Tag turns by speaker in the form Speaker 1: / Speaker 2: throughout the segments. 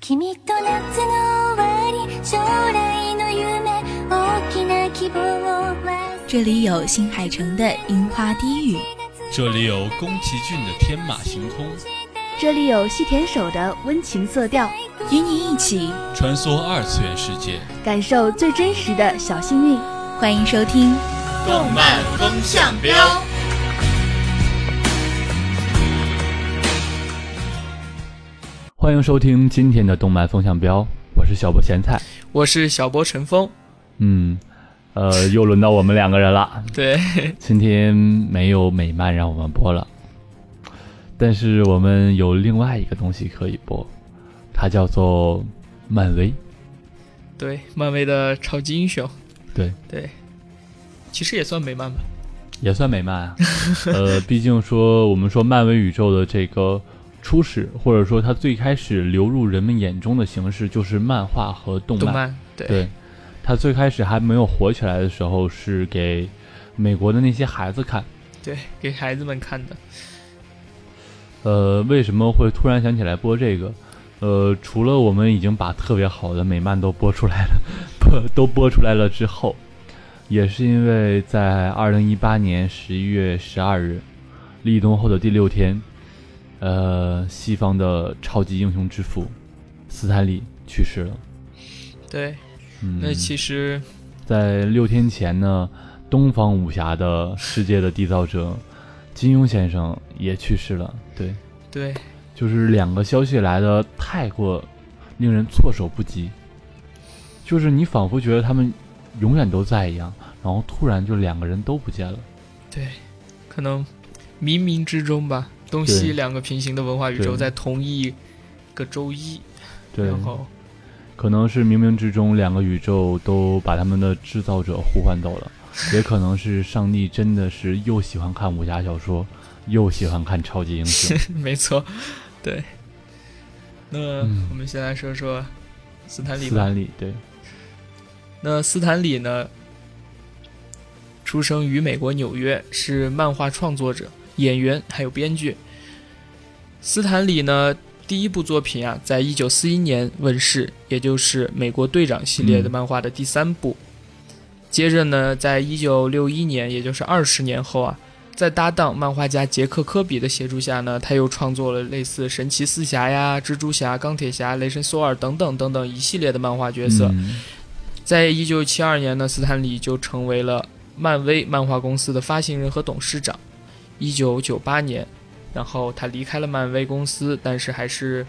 Speaker 1: 君と夏の終わり将来の夢大きな希望は
Speaker 2: 这里有新海诚的《樱花低语》，
Speaker 3: 这里有宫崎骏的《天马行空》，
Speaker 4: 这里有细田守的温情色调，
Speaker 2: 与你一起
Speaker 3: 穿梭二次元世界，
Speaker 4: 感受最真实的小幸运。
Speaker 2: 欢迎收听。
Speaker 3: 动漫风向标。
Speaker 5: 欢迎收听今天的动漫风向标，我是小波咸菜。
Speaker 6: 我是小波陈峰。
Speaker 5: 嗯，呃，又轮到我们两个人了。
Speaker 6: 对，
Speaker 5: 今天没有美漫让我们播了，但是我们有另外一个东西可以播，它叫做漫威。
Speaker 6: 对，漫威的超级英雄。
Speaker 5: 对
Speaker 6: 对，其实也算美漫吧。
Speaker 5: 也算美漫啊。 呃，毕竟说我们说漫威宇宙的这个初始，或者说它最开始流入人们眼中的形式，就是漫画和动漫。
Speaker 6: 动漫对
Speaker 5: 对，它最开始还没有火起来的时候，是给美国的那些孩子看。
Speaker 6: 对给孩子们看的。
Speaker 5: 呃，为什么会突然想起来播这个？呃，除了我们已经把特别好的美漫都播出来了， 播都播出来了之后，也是因为在二零一八年十一月十二日，立冬后的第六天，呃，西方的超级英雄之父斯坦李去世了。
Speaker 6: 对，
Speaker 5: 嗯，
Speaker 6: 那其实
Speaker 5: 在六天前呢，东方武侠的世界的缔造者金庸先生也去世了。对，
Speaker 6: 对
Speaker 5: 就是两个消息来的太过令人措手不及，就是你仿佛觉得他们永远都在一样，然后突然就两个人都不见了。
Speaker 6: 对，可能冥冥之中吧，东
Speaker 5: 对
Speaker 6: 西两个平行的文化宇宙
Speaker 5: 对
Speaker 6: 在同一个周一，
Speaker 5: 对，
Speaker 6: 然后
Speaker 5: 可能是冥冥之中两个宇宙都把他们的制造者呼唤走 了，也可能是上帝真的是又喜欢看武侠小说，又喜欢看超级英雄。
Speaker 6: 没错，对。那
Speaker 5: 嗯
Speaker 6: 我们先来说说 斯坦李
Speaker 5: 斯
Speaker 6: 吧。
Speaker 5: 坦李对，
Speaker 6: 那斯坦李呢，出生于美国纽约，是漫画创作者、演员还有编剧。斯坦李呢，第一部作品啊，在一九四一年问世，也就是《美国队长》系列的
Speaker 5: 嗯
Speaker 6: 漫画的第三部。接着呢，在一九六一年，也就是二十年后啊，在搭档漫画家杰克·科比的协助下呢，他又创作了类似神奇四侠呀、蜘蛛侠、钢铁侠、雷神索尔等等等等一系列的漫画角色。
Speaker 5: 嗯
Speaker 6: 在一九七二年呢，斯坦李就成为了漫威漫画公司的发行人和董事长。一九九八年，然后他离开了漫威公司，但是还是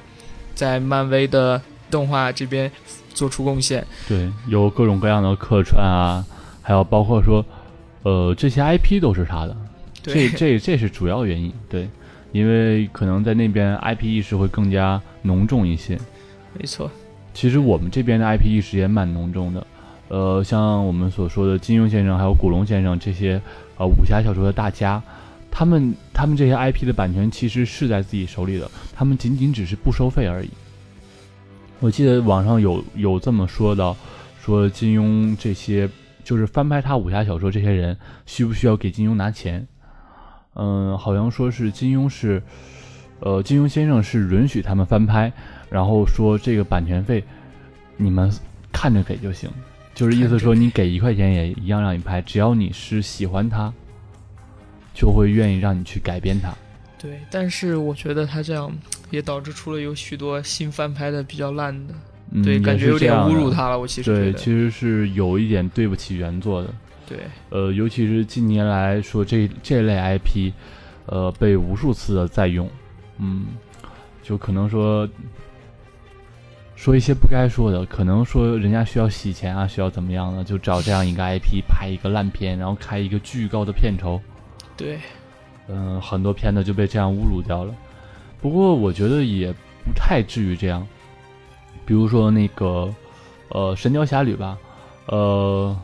Speaker 6: 在漫威的动画这边做出贡献。
Speaker 5: 对，有各种各样的客串啊，还有包括说，呃，这些 IP 都是他的，这
Speaker 6: 对
Speaker 5: 这这是主要原因。对，因为可能在那边 IP 意识会更加浓重一些。
Speaker 6: 没错，
Speaker 5: 其实我们这边的 IP 意识也蛮浓重的，呃，像我们所说的金庸先生还有古龙先生这些呃武侠小说的大家，他们他们这些 IP 的版权其实是在自己手里的，他们仅仅只是不收费而已。我记得网上有有这么说的，说金庸这些就是翻拍他武侠小说这些人需不需要给金庸拿钱？嗯，好像说是金庸是，呃，金庸先生是允许他们翻拍，然后说这个版权费你们看着给就行，就是意思说你给一块钱也一样让你拍，只要你是喜欢它，就会愿意让你去改编它。
Speaker 6: 对，但是我觉得他这样也导致出了有许多新翻拍的比较烂的，
Speaker 5: 嗯，
Speaker 6: 对，
Speaker 5: 也
Speaker 6: 感觉
Speaker 5: 是
Speaker 6: 有
Speaker 5: 这
Speaker 6: 点
Speaker 5: 样
Speaker 6: 侮
Speaker 5: 的
Speaker 6: 辱。他了。我其实觉
Speaker 5: 对，
Speaker 6: 得，
Speaker 5: 其实是有一点对不起原作的。
Speaker 6: 对
Speaker 5: 呃，尤其是近年来说这这类 IP，呃，被无数次的在用，嗯，就可能说说一些不该说的，可能说人家需要洗钱啊，需要怎么样的，就找这样一个 IP 拍一个烂片，然后开一个巨高的片酬，
Speaker 6: 对
Speaker 5: 嗯、很多片子就被这样侮辱掉了。不过我觉得也不太至于这样，比如说那个，呃，《神雕侠侣》吧，呃，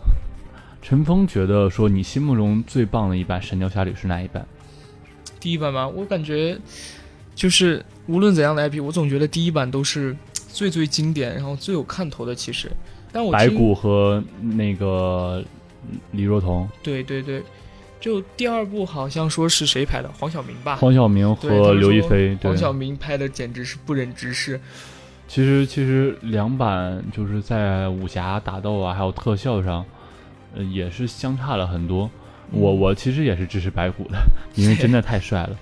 Speaker 5: 陈峰觉得说你心目中最棒的一版《神雕侠侣》是哪一版？
Speaker 6: 第一版吧，我感觉就是无论怎样的 IP，我总觉得第一版都是最最经典，然后最有看头的。其实，但我
Speaker 5: 白
Speaker 6: 听
Speaker 5: 骨和那个李若彤、
Speaker 6: 对对对，就第二部好像说是谁拍的，黄晓明吧？
Speaker 5: 黄晓明
Speaker 6: 啊对他
Speaker 5: 和
Speaker 6: 们
Speaker 5: 刘亦
Speaker 6: 说
Speaker 5: 菲，对
Speaker 6: 黄，晓明拍的简直是不忍直视。
Speaker 5: 其实其实两版就是在武侠打斗啊，还有特效上，呃，也是相差了很多。我我其实也是支持白虎的，因为真的太帅了。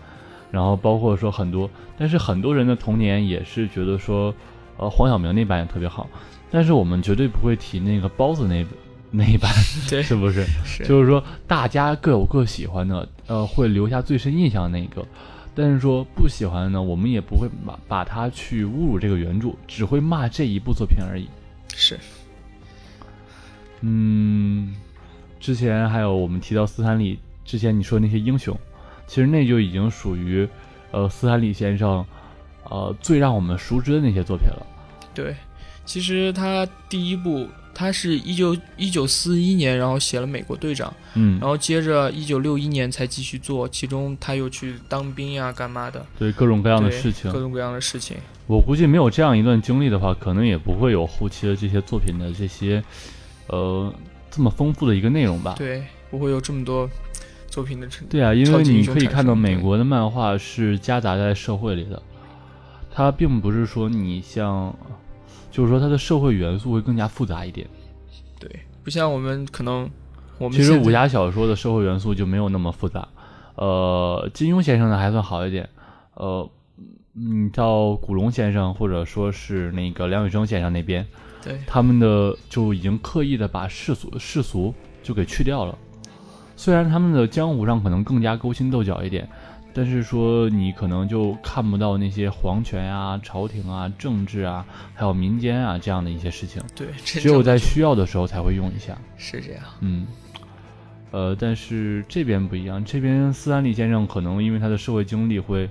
Speaker 5: 然后包括说很多，但是很多人的童年也是觉得说，呃，黄晓明那版也特别好，但是我们绝对不会提那个包子那那一版，
Speaker 6: 对，
Speaker 5: 是不是？
Speaker 6: 是
Speaker 5: 就是说大家各有各喜欢的，呃，会留下最深印象的那一个。但是说不喜欢的呢，我们也不会把把它去侮辱这个原著，只会骂这一部作品而已。
Speaker 6: 是，
Speaker 5: 嗯，之前还有我们提到斯坦李，之前你说那些英雄，其实那就已经属于，呃，斯坦李先生，呃，最让我们熟知的那些作品了。
Speaker 6: 对。其实他第一部，他是一九一九四一年，然后写了《美国队长》，
Speaker 5: 嗯
Speaker 6: 然，后接着一九六一年才继续做，其中他又去当兵呀、干嘛的，
Speaker 5: 对各种各
Speaker 6: 这
Speaker 5: 样的事情
Speaker 6: 各，种各样的事情。
Speaker 5: 我估计没有这样一段经历的话，可能也不会有后期的这些作品的这些，呃，这么丰富的一个内容吧。
Speaker 6: 对，不会有这么多作品的成
Speaker 5: 对啊，因
Speaker 6: 超
Speaker 5: 为
Speaker 6: 级英
Speaker 5: 你
Speaker 6: 雄
Speaker 5: 可以
Speaker 6: 产
Speaker 5: 看到
Speaker 6: 生
Speaker 5: 美
Speaker 6: 对
Speaker 5: 国的漫画是夹杂在社会里的，它并不是说你像，就是说它的社会元素会更加复杂一点。
Speaker 6: 对，不像我们可能我们
Speaker 5: 其实
Speaker 6: 现在
Speaker 5: 武侠小说的社会元素就没有那么复杂，呃，金庸先生的还算好一点，呃，嗯，到古龙先生或者说是那个梁羽生先生那边，
Speaker 6: 对
Speaker 5: 他们的就已经刻意的把世俗世俗就给去掉了。虽然他们的江湖上可能更加勾心斗角一点，但是说你可能就看不到那些皇权啊、朝廷啊、政治啊，还有民间啊这样的一些事情，
Speaker 6: 对，真
Speaker 5: 只有
Speaker 6: 正
Speaker 5: 在需要的时候才会用一下。
Speaker 6: 是这样，
Speaker 5: 嗯，呃，但是这边不一样，这边斯坦利先生可能因为他的社会经历会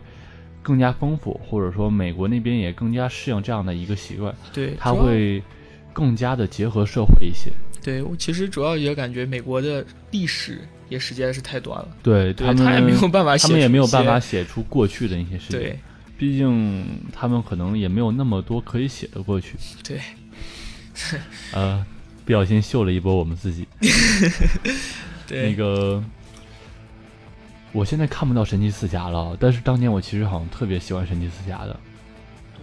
Speaker 5: 更加丰富，或者说美国那边也更加适应这样的一个习惯，
Speaker 6: 对，
Speaker 5: 他
Speaker 6: 主要
Speaker 5: 会更加的结合社会一些。
Speaker 6: 对我其实主要也感觉美国的历史也实在是太短了，
Speaker 5: 对
Speaker 6: 对
Speaker 5: 他们，
Speaker 6: 他也没有办法写
Speaker 5: 他们也
Speaker 6: 出
Speaker 5: 没有
Speaker 6: 一
Speaker 5: 办
Speaker 6: 些
Speaker 5: 法写出过去的一些事情。
Speaker 6: 对
Speaker 5: 毕竟他们可能也没有那么多可以写的过去。
Speaker 6: 对，
Speaker 5: 呃，不小心秀了一波我们自己。
Speaker 6: 对
Speaker 5: 那个，我现在看不到神奇四侠了，但是当年我其实好像特别喜欢神奇四侠的，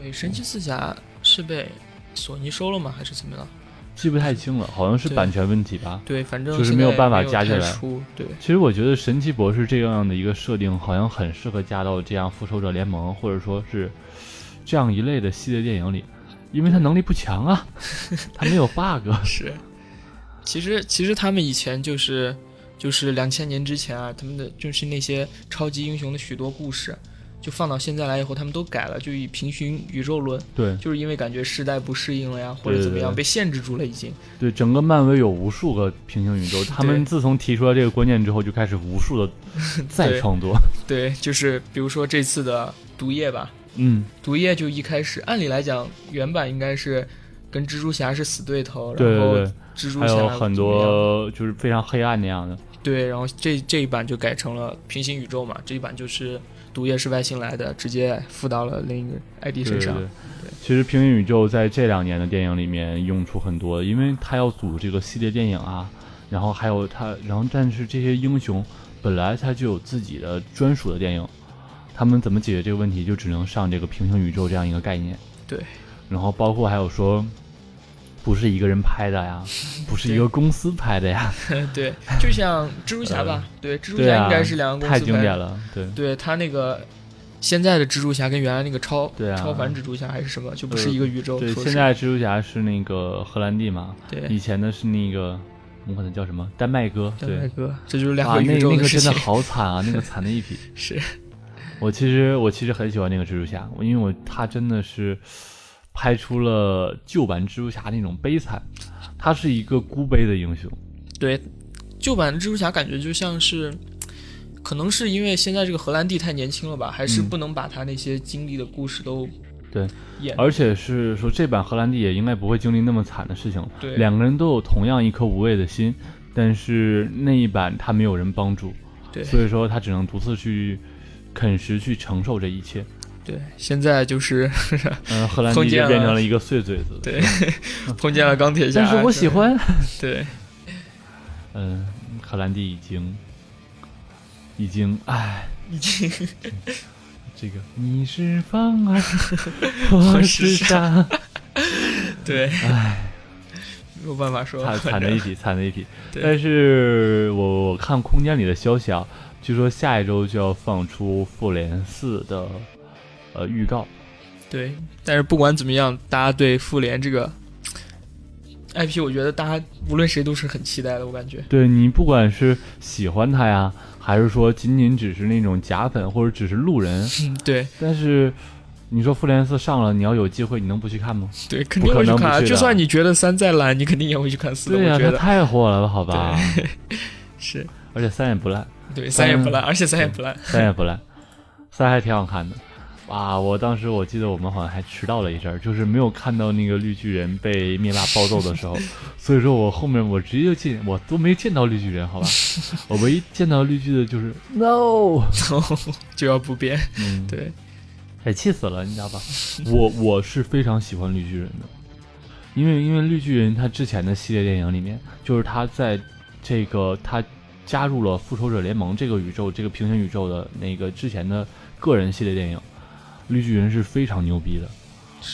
Speaker 6: 对，神奇四侠是被索尼收了吗？还是怎么了？
Speaker 5: 记不太清了，好像是
Speaker 6: 对
Speaker 5: 版权问题吧。
Speaker 6: 对，反正
Speaker 5: 就是
Speaker 6: 现
Speaker 5: 没有
Speaker 6: 在
Speaker 5: 办法
Speaker 6: 有
Speaker 5: 加进
Speaker 6: 太
Speaker 5: 来
Speaker 6: 出对
Speaker 5: 其实我觉得神奇博士这样的一个设定，好像很适合加到这样复仇者联盟或者说是这样一类的系列电影里，因为他能力不强 啊，他没有 bug。
Speaker 6: 是，其实其实他们以前就是就是两千年之前啊，他们的就是那些超级英雄的许多故事，就放到现在来以后，他们都改了，就以平行宇宙论，
Speaker 5: 对
Speaker 6: 就是因为感觉时代不适应了呀，或
Speaker 5: 对
Speaker 6: 者
Speaker 5: 对
Speaker 6: 怎么样
Speaker 5: 对
Speaker 6: 被限制住了已经。
Speaker 5: 对，整个漫威有无数个平行宇宙，他
Speaker 6: 对
Speaker 5: 们自从提出了这个观念之后，就开始无数的再
Speaker 6: 对
Speaker 5: 创作。
Speaker 6: 对，就是比如说这次的毒液吧，
Speaker 5: 嗯，
Speaker 6: 毒液就一开始按理来讲原版应该是跟蜘蛛侠是死对头，
Speaker 5: 对
Speaker 6: 然
Speaker 5: 对
Speaker 6: 后
Speaker 5: 对
Speaker 6: 蜘蛛侠
Speaker 5: 还有很
Speaker 6: 怎么样
Speaker 5: 多就是非常黑暗那样的。
Speaker 6: 对，然后这这一版就改成了平行宇宙嘛，这一版就是毒液是外星来的，直接附到了另一个 ID
Speaker 5: 对
Speaker 6: 身上。对
Speaker 5: 其实平行宇宙在这两年的电影里面用处很多，因为它要组这个系列电影啊，然后还有它，然后但是这些英雄本来它就有自己的专属的电影，他们怎么解决这个问题，就只能上这个平行宇宙这样一个概念。
Speaker 6: 对，
Speaker 5: 然后包括还有说，不是一个人拍的呀，不是一个公司拍的呀，
Speaker 6: 对，就像蜘蛛侠吧，对，蜘蛛
Speaker 5: 对啊，
Speaker 6: 侠应该是两个公司
Speaker 5: 太经
Speaker 6: 拍
Speaker 5: 典
Speaker 6: 的。
Speaker 5: 了，对。
Speaker 6: 对他那个现在的蜘蛛侠跟原来那个超、
Speaker 5: 对啊
Speaker 6: 超凡蜘蛛侠还是什么，就不
Speaker 5: 呃
Speaker 6: 是一个宇宙。
Speaker 5: 对，
Speaker 6: 说
Speaker 5: 现
Speaker 6: 是
Speaker 5: 在蜘蛛侠是那个荷兰弟嘛，以
Speaker 6: 对
Speaker 5: 前的是那个，我们管他叫什么？丹麦哥，
Speaker 6: 丹
Speaker 5: 对
Speaker 6: 麦，哥，这就是两
Speaker 5: 啊，
Speaker 6: 个
Speaker 5: 那
Speaker 6: 宇宙
Speaker 5: 那个
Speaker 6: 事
Speaker 5: 真的
Speaker 6: 情。
Speaker 5: 好惨 啊，那个惨的一批。
Speaker 6: 是
Speaker 5: 我其实我其实很喜欢那个蜘蛛侠，我因为我他真的是拍出了旧版蜘蛛侠那种悲惨，他是一个孤悲的英雄。
Speaker 6: 对旧版的蜘蛛侠感觉就像是。可能是因为现在这个荷兰弟太年轻了吧，还是
Speaker 5: 嗯
Speaker 6: 不能把他那些经历的故事都
Speaker 5: 对
Speaker 6: 演
Speaker 5: 而且是说这版荷兰弟也应该不会经历那么惨的事情。
Speaker 6: 对
Speaker 5: 两个人都有同样一颗无畏的心，但是那一版他没有人帮助，
Speaker 6: 对
Speaker 5: 所以说他只能独自去啃食去承受这一切。
Speaker 6: 对，现在就是
Speaker 5: 嗯，荷兰
Speaker 6: 碰
Speaker 5: 弟
Speaker 6: 见
Speaker 5: 就
Speaker 6: 了
Speaker 5: 变成了一个碎嘴子。
Speaker 6: 对碰见了钢铁侠，
Speaker 5: 但是我喜欢。
Speaker 6: 对
Speaker 5: 嗯，荷兰弟已经，已经，唉，
Speaker 6: 已经
Speaker 5: 这个你是风儿，我是沙，
Speaker 6: 对，
Speaker 5: 唉，
Speaker 6: 没有办法说
Speaker 5: 惨惨的一匹，惨的一匹。
Speaker 6: 对
Speaker 5: 但是我我看空间里的消息啊，据说下一周就要放出《复联四》的呃预告。
Speaker 6: 对，但是不管怎么样，大家对复联这个 IP，我觉得大家无论谁都是很期待的，我感觉。
Speaker 5: 对你不管是喜欢他呀，还是说仅仅只是那种假粉或者只是路人，
Speaker 6: 嗯，对
Speaker 5: 但是你说《复联四》上了，你要有机会，你能不去看吗？
Speaker 6: 对，肯定会去
Speaker 5: 不可
Speaker 6: 看
Speaker 5: 能
Speaker 6: 啊。
Speaker 5: 不去的
Speaker 6: 就算你觉得三再烂，你肯定也会去看四的。
Speaker 5: 对呀、啊
Speaker 6: 我觉
Speaker 5: 它
Speaker 6: 得
Speaker 5: 太火了吧，好吧？
Speaker 6: 是
Speaker 5: 而且三也不烂，
Speaker 6: 对三也不烂，
Speaker 5: 嗯
Speaker 6: 而且三也不烂。
Speaker 5: 三也不烂，三还挺好看的。哇！我当时我记得我们好像还迟到了一阵儿，就是没有看到那个绿巨人被灭霸暴揍的时 候，所以说我后面我直接就进，我都没见到绿巨人，好 吧？我唯一见到绿巨的就是 no，
Speaker 6: 就要不变，
Speaker 5: 嗯，
Speaker 6: 对，
Speaker 5: 哎，气死了，你知道吧？我我是非常喜欢绿巨人的，因为因为绿巨人他之前的系列电影里面，就是他在这个他加入了复仇者联盟这个宇宙这个平行宇宙的那个之前的个人系列电影，绿巨人是非常牛逼的，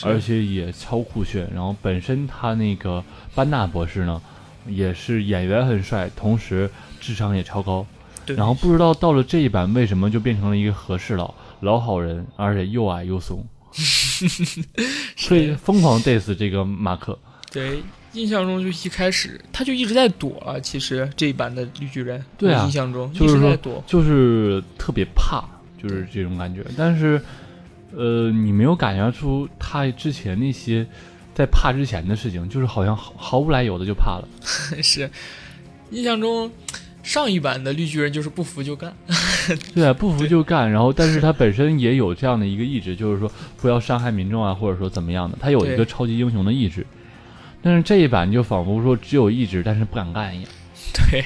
Speaker 5: 而且也超酷炫。然后本身他那个班纳博士呢，也是演员很帅，同时智商也超高。
Speaker 6: 对
Speaker 5: 然后不知道到了这一版为什么就变成了一个和事佬，老好人，而且又矮又怂，所以疯狂 diss 这个马克。
Speaker 6: 对，印象中就一开始他就一直在躲啊。其实这一版的绿巨人，
Speaker 5: 对啊
Speaker 6: 我印象中
Speaker 5: 就是
Speaker 6: 一直
Speaker 5: 说
Speaker 6: 在躲，
Speaker 5: 就是特别怕，就是这种感觉。但是，呃，你没有感觉出他之前那些在怕之前的事情，就是好像毫毫无来由的就怕了。
Speaker 6: 是印象中上一版的绿巨人就是不服就干，
Speaker 5: 对啊，不服就干。然后，但是他本身也有这样的一个意志，就是说不要伤害民众啊，或者说怎么样的，他有一
Speaker 6: 对
Speaker 5: 个超级英雄的意志。但是这一版就仿佛说只有意志，但是不敢干一样。
Speaker 6: 对，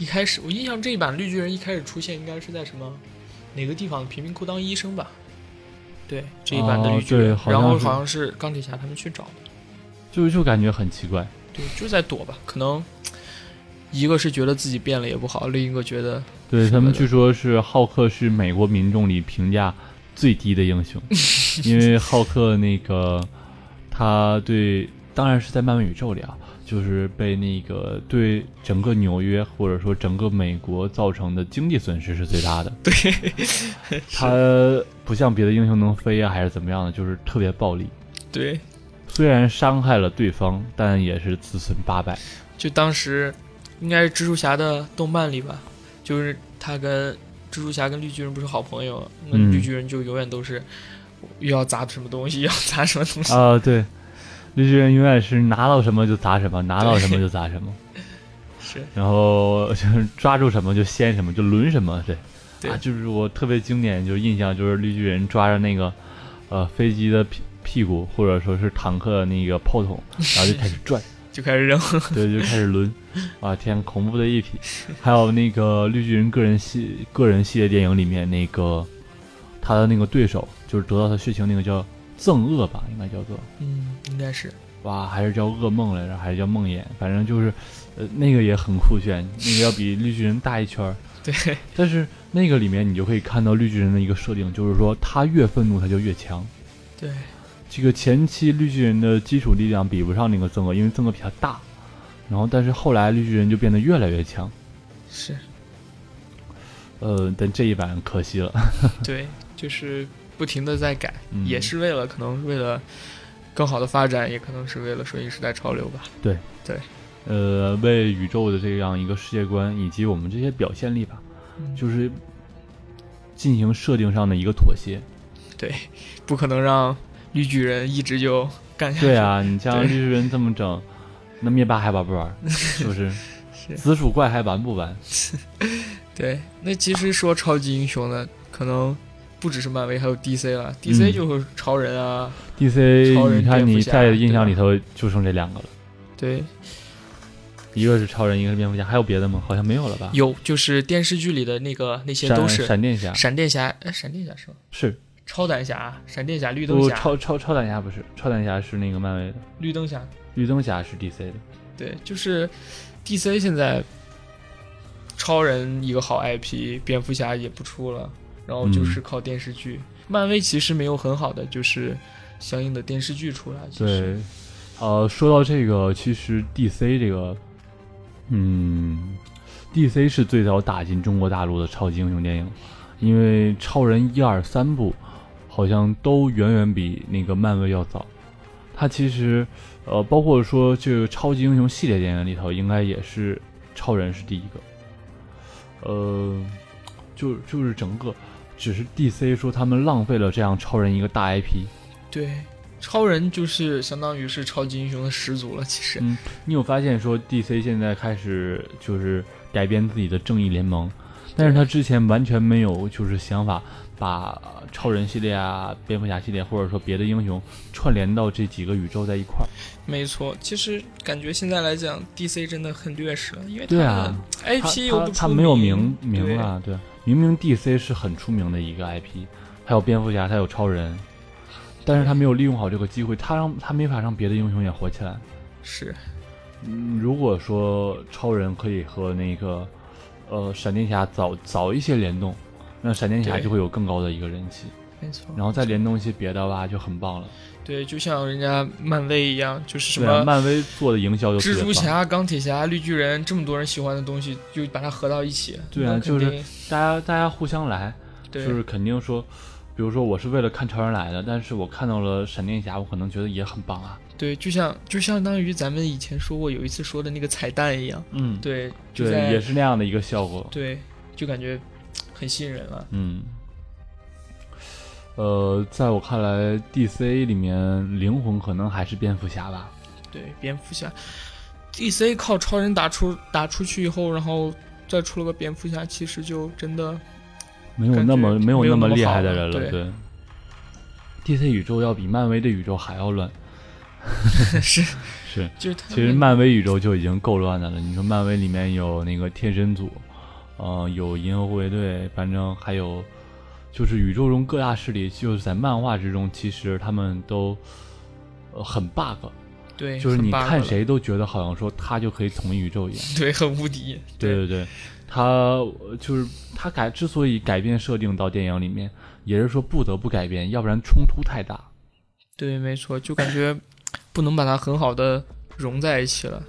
Speaker 6: 一开始我印象这一版绿巨人一开始出现应该是在什么哪个地方贫民窟当医生吧？对，这一版的绿巨
Speaker 5: 哦对
Speaker 6: 人，
Speaker 5: 好像
Speaker 6: 然后
Speaker 5: 是
Speaker 6: 好像是钢铁侠他们去找的，
Speaker 5: 就就感觉很奇怪。
Speaker 6: 对，就是在躲吧，可能。一个是觉得自己变了也不好，另一个觉得
Speaker 5: 对
Speaker 6: 是
Speaker 5: 他们
Speaker 6: 的
Speaker 5: 据说是浩克是美国民众里评价最低的英 雄，因为浩克那个他对，当然是在漫威宇宙里啊，就是被那个对整个纽约或者说整个美国造成的经济损失是最大的。 对，他不像别的英雄能飞啊，还是怎么样的，就是特别暴力。
Speaker 6: 对，
Speaker 5: 虽然伤害了对方，但也是自损八百。
Speaker 6: 就当时应该是蜘蛛侠的动漫里吧，就是他跟蜘蛛侠跟绿巨人不是好朋友，那
Speaker 5: 嗯
Speaker 6: 绿巨人就永远都是又要砸什么东西，又要砸什么东 西。
Speaker 5: 啊、对，绿巨人永远是拿到什么就砸什么，拿到什么就砸什么，
Speaker 6: 是
Speaker 5: 然后就是抓住什么就掀什么，就抡什么，对，
Speaker 6: 对
Speaker 5: 啊，就是我特别经典，就是印象就是绿巨人抓着那个呃飞机的屁屁股，或者说是坦克的那个炮 筒，然后就开始转，
Speaker 6: 就开始扔。
Speaker 5: 对，就开始 抡，啊，天，恐怖的一匹，还有那个绿巨人个人系个人系列电影里面那个他的那个对手，就是得到他血清那个叫憎恶吧，应该叫做。
Speaker 6: 嗯，应该是
Speaker 5: 哇，还是叫噩梦来着，还是叫梦魇，反正就是，呃，那个也很酷炫，那个要比绿巨人大一圈儿。
Speaker 6: 对，
Speaker 5: 但是那个里面你就可以看到绿巨人的一个设定，就是说他越愤怒他就越强。
Speaker 6: 对
Speaker 5: 这个前期绿巨人的基础力量比不上那个憎恶，因为憎恶比他大。然后，但是后来绿巨人就变得越来越强。
Speaker 6: 是，
Speaker 5: 呃，但这一版可惜了。
Speaker 6: 对，就是不停的在改，
Speaker 5: 嗯
Speaker 6: 也是为了可能为了更好的发展，也可能是为了顺应时代潮流吧。
Speaker 5: 呃，为宇宙的这样一个世界观以及我们这些表现力吧，就是进行设定上的一个妥协。
Speaker 6: 对，不可能让绿巨人一直就干下 去。
Speaker 5: 对，啊，你像
Speaker 6: 对
Speaker 5: 绿巨人这么整，那灭霸还玩不 玩？是不是？
Speaker 6: 是
Speaker 5: 紫薯怪还玩不玩？
Speaker 6: 对，那其实说超级英雄呢，可能不只是漫威，还有 DC 了。DC
Speaker 5: 嗯
Speaker 6: 就是超人啊，超
Speaker 5: DC，
Speaker 6: 人
Speaker 5: 你看
Speaker 6: 蝙
Speaker 5: 你
Speaker 6: 蝠侠
Speaker 5: 在印象里头就剩这两个了，
Speaker 6: 对，
Speaker 5: 啊一个是超人，一个是蝙蝠侠，还有别的吗？好像没有了吧？
Speaker 6: 有就是电视剧里的那个那些
Speaker 5: 闪
Speaker 6: 都是
Speaker 5: 闪电侠
Speaker 6: 闪电侠，哎，闪电侠是吗？
Speaker 5: 是，
Speaker 6: 超胆侠、闪电侠、绿灯
Speaker 5: 不
Speaker 6: 侠、
Speaker 5: 超超超胆侠不是，超胆侠是那个漫威的，
Speaker 6: 绿灯侠，
Speaker 5: 绿灯侠是 DC 的。
Speaker 6: 对，就是 DC 现在超人一个好 IP，蝙蝠侠也不出了，然后
Speaker 5: 嗯
Speaker 6: 就是靠电视剧。漫威其实没有很好的就是相应的电视剧出来，其实
Speaker 5: 对，呃，说到这个，其实 DC 这个，嗯，DC 是最早打进中国大陆的超级英雄电影，因为超人一二三部好像都远远比那个漫威要早。它其实，呃，包括说这个超级英雄系列电影里头，应该也是超人是第一个。呃，就就是整个，只是 DC 说他们浪费了这样超人一个大 IP。
Speaker 6: 对，超人就是相当于是超级英雄的始祖了，其实。
Speaker 5: 嗯，你有发现说 DC 现在开始就是改编自己的正义联盟，但是他之前完全没有就是想法把超人系列啊、蝙蝠侠系列或者说别的英雄串联到这几个宇宙在一块儿。
Speaker 6: 没错，其实感觉现在来讲，DC 真的很劣势了，因为它
Speaker 5: 对啊
Speaker 6: 的
Speaker 5: 他
Speaker 6: IP 又
Speaker 5: 他
Speaker 6: 不
Speaker 5: 他
Speaker 6: 出
Speaker 5: 没有
Speaker 6: 名
Speaker 5: 名名啊，对，明明 DC 是很出名的一个 IP，还有蝙蝠侠，还有超人，但是他没有利用好这个机会，他让他没法让别的英雄也火起来。
Speaker 6: 是
Speaker 5: 嗯，如果说超人可以和那个呃闪电侠早早一些联动，那闪电侠
Speaker 6: 对
Speaker 5: 就会有更高的一个人气，
Speaker 6: 没错。
Speaker 5: 然后再联动一些别的吧，就很棒了。
Speaker 6: 对，就像人家漫威一样，就是什
Speaker 5: 对啊，
Speaker 6: 么
Speaker 5: 漫威做的营销就特
Speaker 6: 蜘
Speaker 5: 别
Speaker 6: 蛛
Speaker 5: 棒。
Speaker 6: 侠、钢铁侠、绿巨人这么多人喜欢的东西，就把它合到一起。
Speaker 5: 对啊
Speaker 6: 那肯定
Speaker 5: 就大家大家互相来，就
Speaker 6: 对
Speaker 5: 是肯定说，比如说我是为了看超人来的，但是我看到了闪电侠，我可能觉得也很棒啊。
Speaker 6: 对，就像就相当于咱们以前说过有一次说的那个彩蛋一样，
Speaker 5: 嗯，
Speaker 6: 对，就
Speaker 5: 对，
Speaker 6: 在
Speaker 5: 也是那样的一个效果。
Speaker 6: 对，就感觉很吸引人了。
Speaker 5: 嗯，呃，在我看来，DC 里面灵魂可能还是蝙蝠侠吧。
Speaker 6: 对，蝙蝠侠，DC 靠超人打出打出去以后，然后再出了个蝙蝠侠，其实就真的
Speaker 5: 没有那么
Speaker 6: 感觉
Speaker 5: 没有
Speaker 6: 没有
Speaker 5: 那
Speaker 6: 那么
Speaker 5: 厉害
Speaker 6: 好
Speaker 5: 的
Speaker 6: 了
Speaker 5: 人了，
Speaker 6: 对
Speaker 5: 对。DC 宇宙要比漫威的宇宙还要乱，
Speaker 6: 是
Speaker 5: 是，
Speaker 6: 就是他
Speaker 5: 其实
Speaker 6: 们
Speaker 5: 漫威宇宙就已经够乱的了。你说漫威里面有那个贴身组，呃，有银河护卫队，反正还有就是宇宙中各大势力，就是在漫画之中，其实他们都呃很 bug，
Speaker 6: 对，
Speaker 5: 就是
Speaker 6: 哎很
Speaker 5: 你
Speaker 6: bug
Speaker 5: 看
Speaker 6: 了，
Speaker 5: 谁都觉得好像说他就可以统一宇宙一样。
Speaker 6: 对，很无敌，
Speaker 5: 对对对，他呃就是他改之所以改变设定到电影里面，也是说不得不改变，要不然冲突太大。
Speaker 6: 对，没错，就感觉不能把它很好的融在一起了。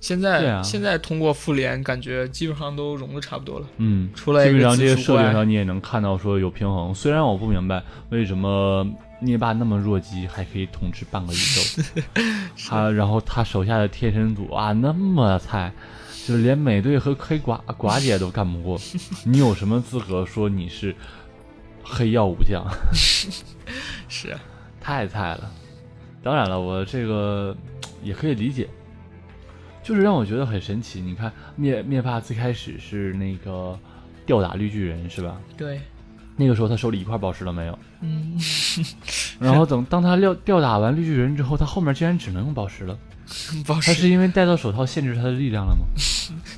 Speaker 6: 现
Speaker 5: 对
Speaker 6: 在、
Speaker 5: 啊
Speaker 6: 现在通过复联，感觉基本上都融的差不多了。
Speaker 5: 嗯，
Speaker 6: 出来一
Speaker 5: 基
Speaker 6: 个
Speaker 5: 本上这些
Speaker 6: 紫薯
Speaker 5: 设定
Speaker 6: 怪
Speaker 5: 上你也能看到说有平衡。虽然我不明白为什么灭霸那么弱鸡还可以统治半个宇宙， 他然后他手下的贴身组啊那么菜，就是连美队和黑寡寡姐都干不过，你有什么资格说你是黑曜武将？
Speaker 6: 是啊，
Speaker 5: 太菜了。当然了，我这个也可以理解，就是让我觉得很神奇。你看，灭灭霸最开始是那个吊打绿巨人是吧？
Speaker 6: 对，
Speaker 5: 那个时候他手里一块宝石都没有。
Speaker 6: 嗯，
Speaker 5: 然后等当他吊吊打完绿巨人之后，他后面竟然只能用宝石了。
Speaker 6: 宝
Speaker 5: 他嗯是
Speaker 6: 石
Speaker 5: 因为戴到手套限制他的力量了吗？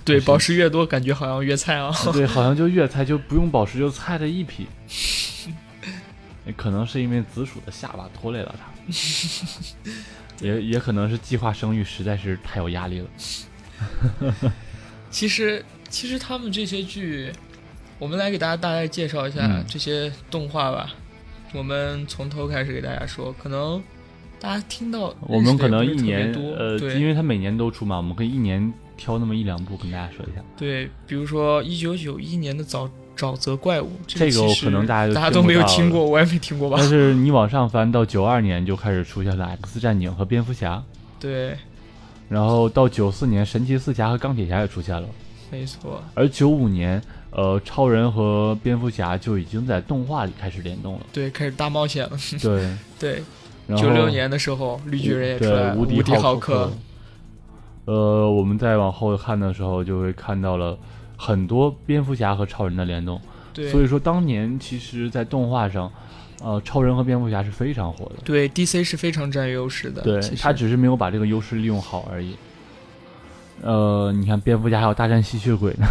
Speaker 6: 对宝石越多，感觉好像越菜啊。
Speaker 5: 对，好像就越菜就不用宝石就菜的一匹。可能是因为紫薯的下巴拖累了他，也也可能是计划生育实在是太有压力了。
Speaker 6: 其实其实他们这些剧，我们来给大家大概介绍一下
Speaker 5: 嗯
Speaker 6: 这些动画吧。我们从头开始给大家说，可能大家听到
Speaker 5: 我们可能
Speaker 6: 认
Speaker 5: 一
Speaker 6: 识的也
Speaker 5: 年
Speaker 6: 不是特别多
Speaker 5: 呃，
Speaker 6: 对
Speaker 5: 因为它每年都出嘛，我们可以一年挑那么一两部跟大家说一下。
Speaker 6: 对，比如说一九九一年的沼沼泽怪物，
Speaker 5: 这个
Speaker 6: 个
Speaker 5: 我
Speaker 6: 其实
Speaker 5: 可能大家就
Speaker 6: 大家
Speaker 5: 听
Speaker 6: 都
Speaker 5: 不
Speaker 6: 没有
Speaker 5: 到
Speaker 6: 听
Speaker 5: 了
Speaker 6: 过，我也没听过吧
Speaker 5: 但？是你往上翻到九二年就开始出现了 X 战警和蝙蝠侠，
Speaker 6: 对，
Speaker 5: 然后到九四年神奇四侠和钢铁侠也出现了，
Speaker 6: 没错，。
Speaker 5: 而九五年呃超人和蝙蝠侠就已经在动画里开始联动了
Speaker 6: 对，开始大冒险了。
Speaker 5: 对，
Speaker 6: 对，
Speaker 5: 然后
Speaker 6: 九六年的时候，绿巨人也出来了，
Speaker 5: 对无
Speaker 6: 敌
Speaker 5: 敌浩
Speaker 6: 克。。
Speaker 5: 呃，我们再往后看的时候，就会看到了很多蝙蝠侠和超人的联动。
Speaker 6: 对，
Speaker 5: 所以说，当年其实，在动画上，呃，超人和蝙蝠侠是非常火的。
Speaker 6: 对 DC 是非常占优势的。
Speaker 5: 对
Speaker 6: 其，实
Speaker 5: 他只是没有把这个优势利用好而已。呃，你看蝙蝠侠还有大战吸血鬼 呢。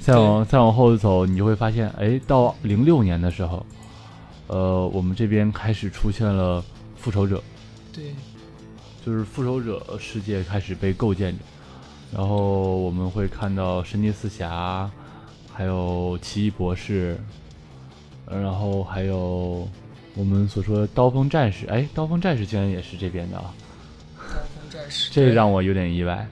Speaker 5: 再往再往后走，你就会发现，哎，到零六年的时候，呃，我们这边开始出现了复仇者，
Speaker 6: 对
Speaker 5: 就是复仇者世界开始被构建着，然后我们会看到神奇四侠，还有奇异博士，呃然后还有我们所说的《刀锋战士》，哎，《刀锋战士》竟然也是这边的啊，
Speaker 6: 刀锋战士，
Speaker 5: 这让我有点意外，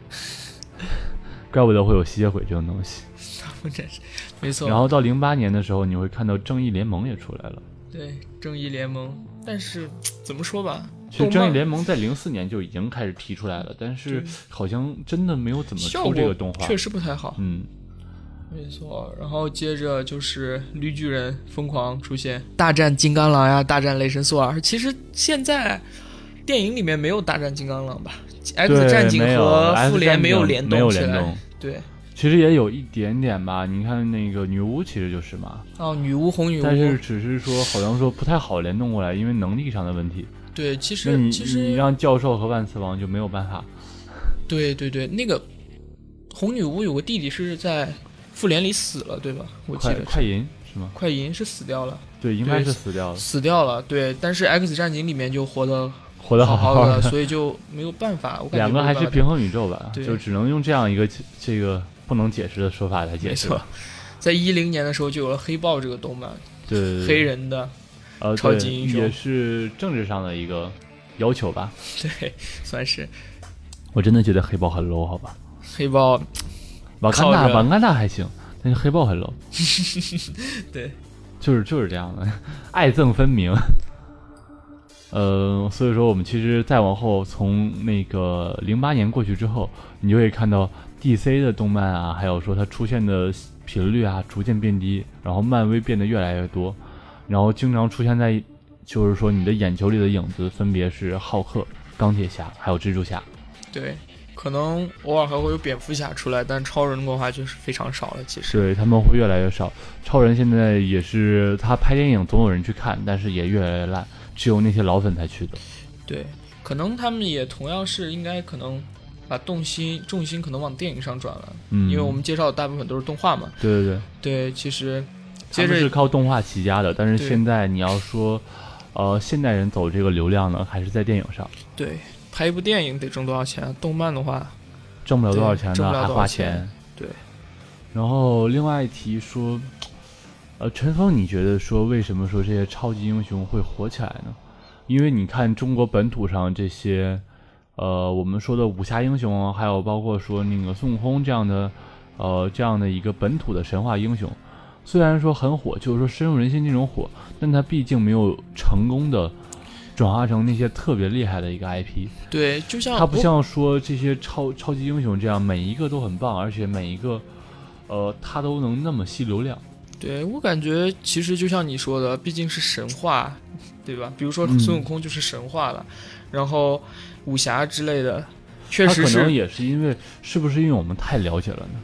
Speaker 5: 怪不得会有吸血鬼这种东西。
Speaker 6: 刀锋战士，没错。
Speaker 5: 然后到零八年的时候，你会看到《正义联盟》也出来了。
Speaker 6: 对正义联盟，但是怎么说吧，
Speaker 5: 其
Speaker 6: 动
Speaker 5: 实
Speaker 6: 漫
Speaker 5: 正义联盟在零四年就已经开始提出来了，但是好像真的没有怎么
Speaker 6: 效果
Speaker 5: 出这个动画。
Speaker 6: 确，实不太好，
Speaker 5: 嗯，
Speaker 6: 没错。然后接着就是绿巨人疯狂出现，大战金刚狼呀，大战雷神索尔。其实现在电影里面没有大战金刚狼吧？X
Speaker 5: 对
Speaker 6: 战警
Speaker 5: 没有
Speaker 6: 和
Speaker 5: X
Speaker 6: 复联
Speaker 5: 战警
Speaker 6: 有
Speaker 5: 没有
Speaker 6: 起
Speaker 5: 联
Speaker 6: 来
Speaker 5: 动，
Speaker 6: 对。
Speaker 5: 其实也有一点点吧。你看那个女巫其实就是嘛，
Speaker 6: 哦，女巫红女巫，
Speaker 5: 但是只是说好像说不太好联动过来，因为能力上的问题。
Speaker 6: 对，其
Speaker 5: 那嗯你
Speaker 6: 实其
Speaker 5: 你
Speaker 6: 实
Speaker 5: 让教授和万磁王就没有办法。
Speaker 6: 对对对，那个红女巫有个弟弟是在复联里死了，对吧？我记
Speaker 5: 快
Speaker 6: 得是
Speaker 5: 快银是吗？
Speaker 6: 快银是死掉了，
Speaker 5: 对，应该
Speaker 6: 对
Speaker 5: 是死掉了，
Speaker 6: 死掉了。对，但是 X 战警里面就活得
Speaker 5: 活得好
Speaker 6: 好
Speaker 5: 的。
Speaker 6: 所以就没有办法。我感觉
Speaker 5: 两个
Speaker 6: 没有
Speaker 5: 还
Speaker 6: 办
Speaker 5: 是
Speaker 6: 法
Speaker 5: 平衡宇宙吧，
Speaker 6: 对
Speaker 5: 就只能用这样一个这个不能解释的说法来解
Speaker 6: 没
Speaker 5: 释
Speaker 6: 错
Speaker 5: 吧。。
Speaker 6: 在一零年的时候就有了黑豹这个动漫，
Speaker 5: 对对对，
Speaker 6: 黑人的，
Speaker 5: 呃，
Speaker 6: 超
Speaker 5: 对
Speaker 6: 级英雄
Speaker 5: 也是政治上的一个要求吧。
Speaker 6: 对，算是
Speaker 5: 我真的觉得黑豹很 low，好吧？
Speaker 6: 黑豹。
Speaker 5: 瓦
Speaker 6: 靠
Speaker 5: 干
Speaker 6: 着
Speaker 5: 达，瓦干达还行，但是黑豹很 low。
Speaker 6: 对，
Speaker 5: 就是就是这样的，爱憎分明。呃，所以说我们其实再往后，从那个零八年过去之后，你就会看到 DC 的动漫啊，还有说它出现的频率啊，逐渐变低，然后漫威变得越来越多，然后经常出现在就是说你的眼球里的影子分别是浩克、钢铁侠还有蜘蛛侠。
Speaker 6: 对，可能偶尔还会有蝙蝠侠出来，但超人的话就是非常少了。其实，
Speaker 5: 对，他们会越来越少。超人现在也是他拍电影总有人去看，但是也越来越烂，只有那些老粉才去的。
Speaker 6: 对，可能他们也同样是应该可能把重心重心可能往电影上转了，
Speaker 5: 嗯，
Speaker 6: 因为我们介绍的大部分都是动画嘛。
Speaker 5: 对对对，
Speaker 6: 对，其实
Speaker 5: 他
Speaker 6: 接
Speaker 5: 们是
Speaker 6: 着
Speaker 5: 靠动画起家的，但是
Speaker 6: 对
Speaker 5: 现在你要说，呃，现代人走这个流量呢，还是在电影上，
Speaker 6: 对拍一部电影得挣多少钱？啊动漫的话，
Speaker 5: 挣不了多少
Speaker 6: 对
Speaker 5: 钱
Speaker 6: 挣
Speaker 5: 呢，
Speaker 6: 不了
Speaker 5: 还
Speaker 6: 多
Speaker 5: 花
Speaker 6: 少钱对。
Speaker 5: 然后另外一题说，呃，陈峰，你觉得说为什么说这些超级英雄会火起来呢？因为你看中国本土上这些，呃，我们说的武侠英雄啊，还有包括说那个孙悟空这样的，呃，这样的一个本土的神话英雄，虽然说很火，就是说深入人心那种火，但它毕竟没有成功的转化成那些特别厉害的一个 IP。
Speaker 6: 对，就像
Speaker 5: 它不
Speaker 6: 我
Speaker 5: 像说这些超超级英雄这样，每一个都很棒，而且每一个，呃，它都能那么吸流量。
Speaker 6: 对我感觉，其实就像你说的，毕竟是神话，对吧？比如说
Speaker 5: 嗯
Speaker 6: 孙悟空就是神话了，然后武侠之类的，确
Speaker 5: 它
Speaker 6: 实
Speaker 5: 可能
Speaker 6: 是
Speaker 5: 也是因为，是不是因为我们太了解了呢？